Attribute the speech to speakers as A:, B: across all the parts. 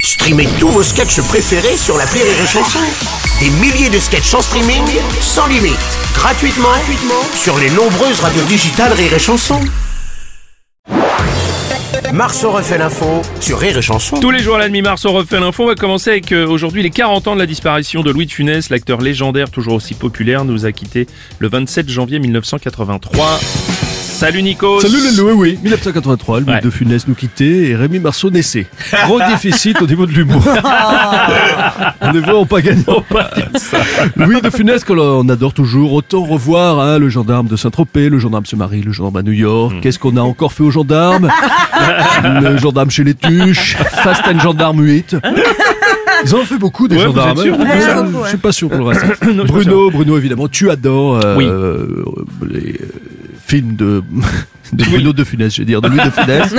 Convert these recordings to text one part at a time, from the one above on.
A: Streamez tous vos sketchs préférés sur la Rire et Chanson. Des milliers de sketchs en streaming, sans limite, gratuitement, gratuitement sur les nombreuses radios digitales Rire et Chanson. Marceau refait l'info sur Rire et Chanson.
B: Tous les jours à la demi-mars, on refait l'info. On va commencer avec euh, aujourd'hui les 40 ans de la disparition de Louis de Funès, l'acteur légendaire toujours aussi populaire, nous a quitté le 27 janvier 1983. Salut Nico.
C: Salut Lolo, oui, oui. 1983, Louis
B: Ouais.
C: de Funès nous quittait et Rémi Marceau naissait. Gros déficit au niveau de l'humour. on est vraiment pas
B: Oh,
C: gagnant.
B: bah,
C: Louis de Funès, que l'on adore toujours, autant revoir hein, le gendarme de Saint-Tropez, le gendarme se marie, le gendarme à New
B: Hmm.
C: York. Qu'est-ce qu'on a encore fait au gendarme Le gendarme chez les Tuches, Fast and Gendarme 8. Ils en ont fait beaucoup des
B: Ouais, vous
C: gendarmes.
B: êtes sûr
C: hein.
B: Ouais,
C: Ça,
D: beaucoup,
C: Je suis pas sûr pour le reste.
B: Non, je suis pas
C: Bruno, Bruno, évidemment, tu adores euh,
B: Oui.
C: euh, les euh, films de, de Bruno de Funès, je veux dire, de Louis de Funès.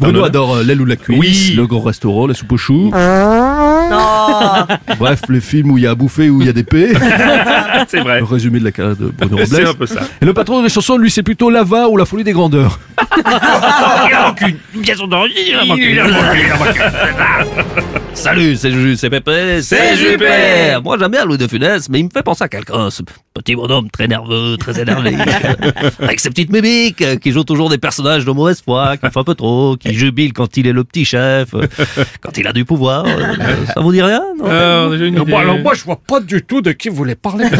C: Bruno adore euh, l'aile ou la cuisse,
B: Oui.
C: le grand restaurant, la soupe aux choux.
D: Non
C: Bref, les films où il y a à bouffer, où il y a des paix.
B: C'est vrai.
C: Le résumé de la carrière de Bruno
B: C'est un
C: Robles.
B: peu ça.
C: Et le patron des chansons, lui, c'est plutôt Lava ou la folie des grandeurs.
E: Salut, c'est Juju, c'est Pépé,
B: C'est Jupé.
E: Moi j'aime bien Louis de Funès, mais il me fait penser à quelqu'un, ce petit bonhomme très nerveux, Oh, très énervé, avec ses petites mimiques, euh, qui joue toujours des personnages de mauvaise foi, qui fait un peu trop, qui jubile quand il est le petit chef, euh, quand il a du pouvoir. euh, Ça vous dit rien non
B: Euh, j'ai une idée.
C: je vois pas du tout de qui vous voulez parler.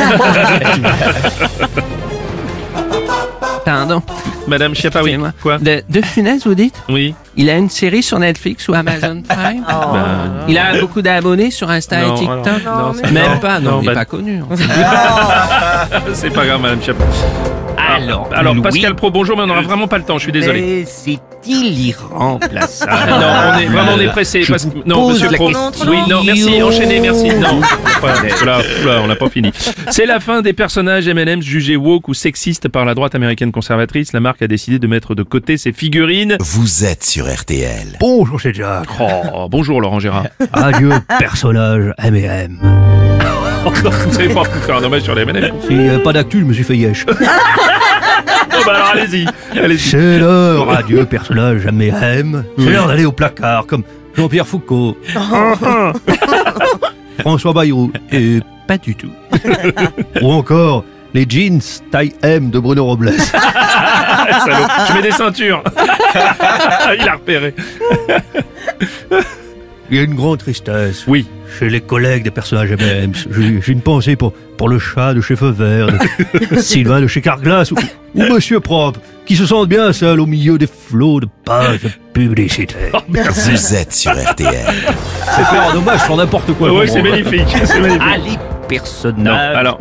F: Pardon,
B: Madame Schiappa, oui.
F: excusez-moi.
B: Quoi
F: De, de Funès, vous dites
B: Oui.
F: Il a une série sur Netflix ou Amazon Prime
E: Oh. Ben,
F: Ben,
B: Bah,
F: Il a beaucoup d'abonnés sur Insta
B: Non,
F: et
E: euh,
F: TikTok
B: alors, Ah, non, c'est-
F: Même
B: non,
F: pas, non,
B: non,
F: il
B: bah-
F: n'est pas connu.
C: hein.
F: en fait.
B: c'est pas grave, Madame Schiappa.
E: Alors,
B: Alors,
E: Louis,
B: Pascal Pro, bonjour, mais on n'aura vraiment pas le temps, je suis désolé. Ah,
E: mais c'est irremplaçable. Ah,
B: Non, on est vraiment on est pressé.
E: Je
B: parce-
E: vous
B: Non,
E: pose
B: Monsieur
E: la
B: Pro.
E: question.
B: Oui, non, merci, enchaînez, merci. Non, Voilà, voilà, voilà, on n'a pas fini. C'est la fin des personnages M&M's jugés woke ou sexistes par la droite américaine conservatrice. La marque a décidé de mettre de côté ses figurines.
A: Vous êtes sur RTL.
E: Bonjour, c'est Jack.
B: Oh, bonjour Laurent Gérard.
E: Adieu, personnage M&M.
B: Oh, non, vous avez pas pu faire un hommage sur les M&M's.
E: S'il n'y avait euh, pas d'actu, je me suis fait yesh.
B: Oh, bah alors allez-y, allez-y.
E: C'est l'heure, adieu personnage jamais M. C'est l'heure d'aller au placard comme Jean-Pierre Foucault, François Bayrou, et pas du tout. Ou encore les jeans taille M de Bruno Robles.
B: Ah, salaud. Je mets des ceintures. Il a repéré.
E: Il y a une grande tristesse.
B: Oui.
E: Chez les collègues des personnages M&M, j'ai j'ai une pensée pour, pour le chat de chez Feu Vert, de Sylvain de chez Carglass ou, ou Monsieur Propre, qui se sentent bien seuls au milieu des flots de pages publicitaires.
A: Oh, Vous êtes sur RTL.
E: C'est faire un hommage sur n'importe quoi.
B: oui,
E: pour
B: c'est
E: moi.
B: magnifique. C'est magnifique.
E: Ah, les
B: Non,
E: personnages.
B: alors,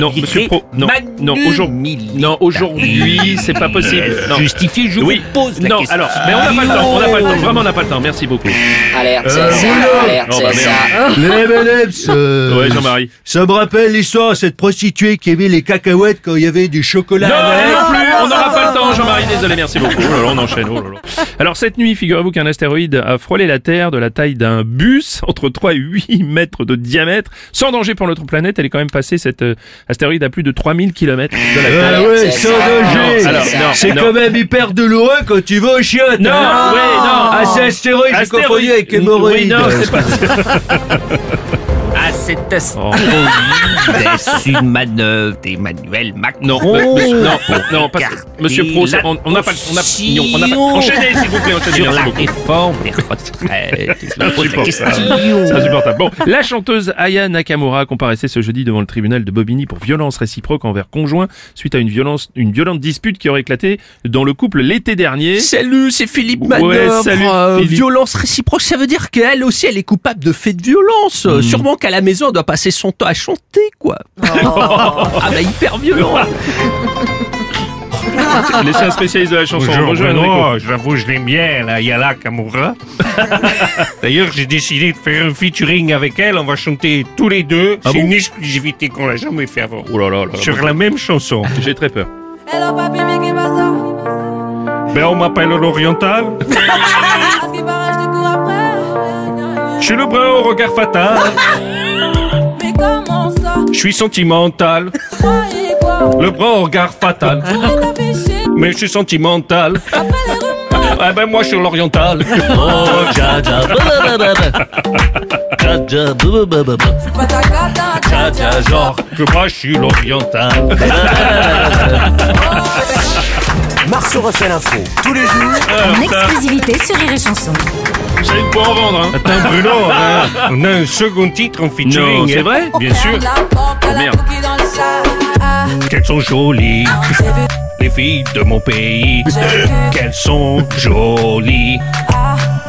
B: non, Monsieur Pro, non, non, aujourd'hui, non, aujourd'hui, c'est pas possible. Non.
E: Euh, Justifié, je
B: Oui.
E: vous pose la
B: non,
E: question.
B: alors, mais on n'a pas le temps, on n'a pas le temps, vraiment on n'a pas le temps, merci beaucoup.
G: Alerte, c'est ça, alerte,
B: Oh, bah,
G: c'est ça.
E: Les M&M's, euh,
B: Ouais, Jean-Marie.
E: Ça me rappelle l'histoire de cette prostituée qui aimait les cacahuètes quand il y avait du chocolat
B: Non,
E: avec.
B: non plus, on n'aura pas le temps, Jean-Marie, désolé, merci beaucoup. Oh là là, on enchaîne, oh là là. Alors, cette nuit, figurez-vous qu'un astéroïde a frôlé la Terre de la taille d'un bus, entre 3 et 8 mètres de diamètre, sans danger pour notre planète, elle est quand même passée, cette euh, astéroïde, à plus de 3000 km de la Terre.
E: Ah ouais, sans
B: Non,
E: danger.
B: alors, non,
E: C'est
B: non.
E: quand même hyper douloureux quand tu vas au chiottes.
B: Non,
E: hein.
B: ouais, non.
E: Ah, c'est astéroïde, j'ai
B: Astéroïde.
E: confondu avec hémorroïde.
B: Oui, non, c'est pas
F: Ah, c'est
B: Oh.
F: c'est une manœuvre d'Emmanuel Macron.
B: Non, mais- mais- non, non, parce que Monsieur Pro, c'est- on on n'a pas, on n'a, non, on n'a pas. Enchaînez, s'il vous plaît, enchaînez.
F: Sur
B: merci
F: la
B: beaucoup.
F: réforme des retraites. Je me pose la
B: Insupportable.
F: question.
B: C'est insupportable. Bon, la chanteuse Aya Nakamura comparaissait ce jeudi devant le tribunal de Bobigny pour violence réciproque envers conjoint suite à une violence, une violente dispute qui aurait éclaté dans le couple l'été dernier.
F: Salut, c'est Philippe
B: Ouais,
F: Manœuvre.
B: salut,
F: Euh,
B: Philippe.
F: Violence réciproque, ça veut dire qu'elle aussi, elle est coupable de faits de violence.
B: Hmm.
F: Euh, Sûrement qu'à la maison, elle doit passer son temps à chanter, quoi. ah bah hyper violent.
B: Laissez un spécialiste de la chanson.
H: Bonjour,
B: Bonjour,
H: Bruno.
B: Enrico.
H: J'avoue, je l'aime bien, la Yala Kamura. D'ailleurs, j'ai décidé de faire un featuring avec elle. On va chanter tous les deux.
B: Ah
H: C'est une exclusivité qu'on n'a jamais fait avant.
B: Oh là là là là.
H: Sur la même chanson.
B: J'ai très peur.
I: Hello papi, mais qu'est-ce que
H: Ben, on m'appelle l'Oriental.
I: ça À ce qui paraît, je te cours après.
H: Je suis le brun au regard fatal.
I: Mais comment ça
H: Je suis sentimental.
I: Je croyais quoi
H: Le brun au regard fatal.
I: Arrête d'afficher
H: Mais je suis sentimental.
I: après les rumeurs.
H: Ah ben, moi, je suis l'Oriental.
E: Oh, ja, ja.
I: Pas ta cata, tcha, tcha.
E: genre que moi je suis l'oriental.
I: Ah,
A: Marceau refait l'info tous les jours
D: En exclusivité sur Rire et Chanson.
B: J'ai de quoi en vendre, hein.
H: Attends, Bruno, on a, on a un second titre en featuring.
B: Non, c'est
H: hein.
B: vrai
H: Bien sûr.
I: De la porte
E: Oh,
I: à la
B: merde.
I: bouquille dans le sac. Ah,
E: Qu'elles sont jolies,
I: j'ai vu,
E: les filles de mon pays.
I: j'ai vu.
E: Qu'elles sont jolies,
I: Ah,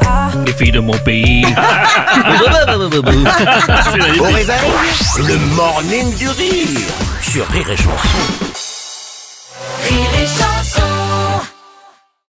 I: ah.
E: les filles de mon pays.
A: au réveil. Le morning du rire sur Rire et Chanson.
I: Rire et chanson.